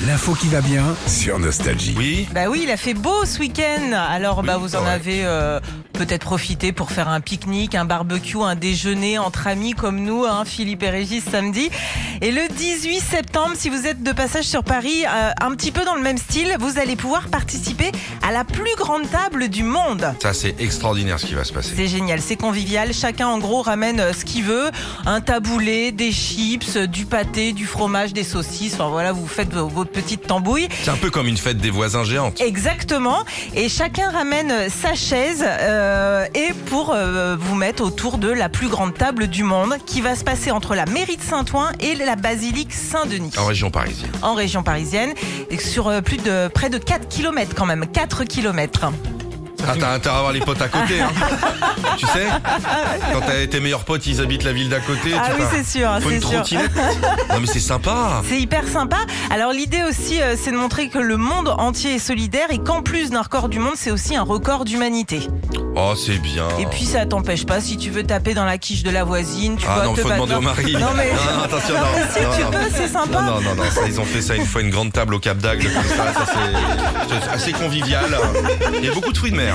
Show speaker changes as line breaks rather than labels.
L'info qui va bien.
sur Nostalgie.
Oui,
Bah oui, il a fait beau ce week-end. Alors, bah, vous en
ouais.
avez euh, peut-être profité pour faire un pique-nique, un barbecue, un déjeuner entre amis comme nous, hein, Philippe et Régis samedi. Et le 18 septembre, si vous êtes de passage sur Paris, euh, un petit peu dans le même style, vous allez pouvoir participer à la plus grande table du monde.
ça c'est extraordinaire ce qui va se passer.
C'est génial, c'est convivial. Chacun, en gros, ramène euh, ce qu'il veut. Un taboulé, des chips, euh, du pâté, du fromage, des saucisses. Enfin, voilà, vous faites vos- votre petite tambouille.
C'est un peu comme une fête des voisins géantes.
Exactement. Et chacun ramène euh, sa chaise euh, et pour euh, vous mettre autour de la plus grande table du monde qui va se passer entre la mairie de Saint-Ouen et la basilique Saint-Denis
En région parisienne.
en région parisienne et sur euh, plus de près de 4 km quand même, 4 km.
Ah, t'as intérêt à avoir les potes à côté, hein. tu sais Quand t'as tes meilleurs potes, ils habitent la ville d'à côté.
Ah
tu
oui,
vois.
c'est sûr,
Faut une
c'est sûr.
trottinette. Non mais c'est sympa.
C'est hyper sympa. Alors l'idée aussi, euh, c'est de montrer que le monde entier est solidaire et qu'en plus d'un record du monde, c'est aussi un record d'humanité.
Oh, c'est bien.
Et puis ça t'empêche pas si tu veux taper dans la quiche de la voisine, tu
ah
dois
non,
te
faut
battre.
demander au mari.
Non mais
Non, non, attention, non.
si
non,
tu
non.
peux, c'est
Non,
sympa.
non, non, non, ça, ils ont fait ça une fois, une grande table au Cap d'Agde, comme ça, ça c'est c'est assez convivial. Il y a beaucoup de fruits de mer.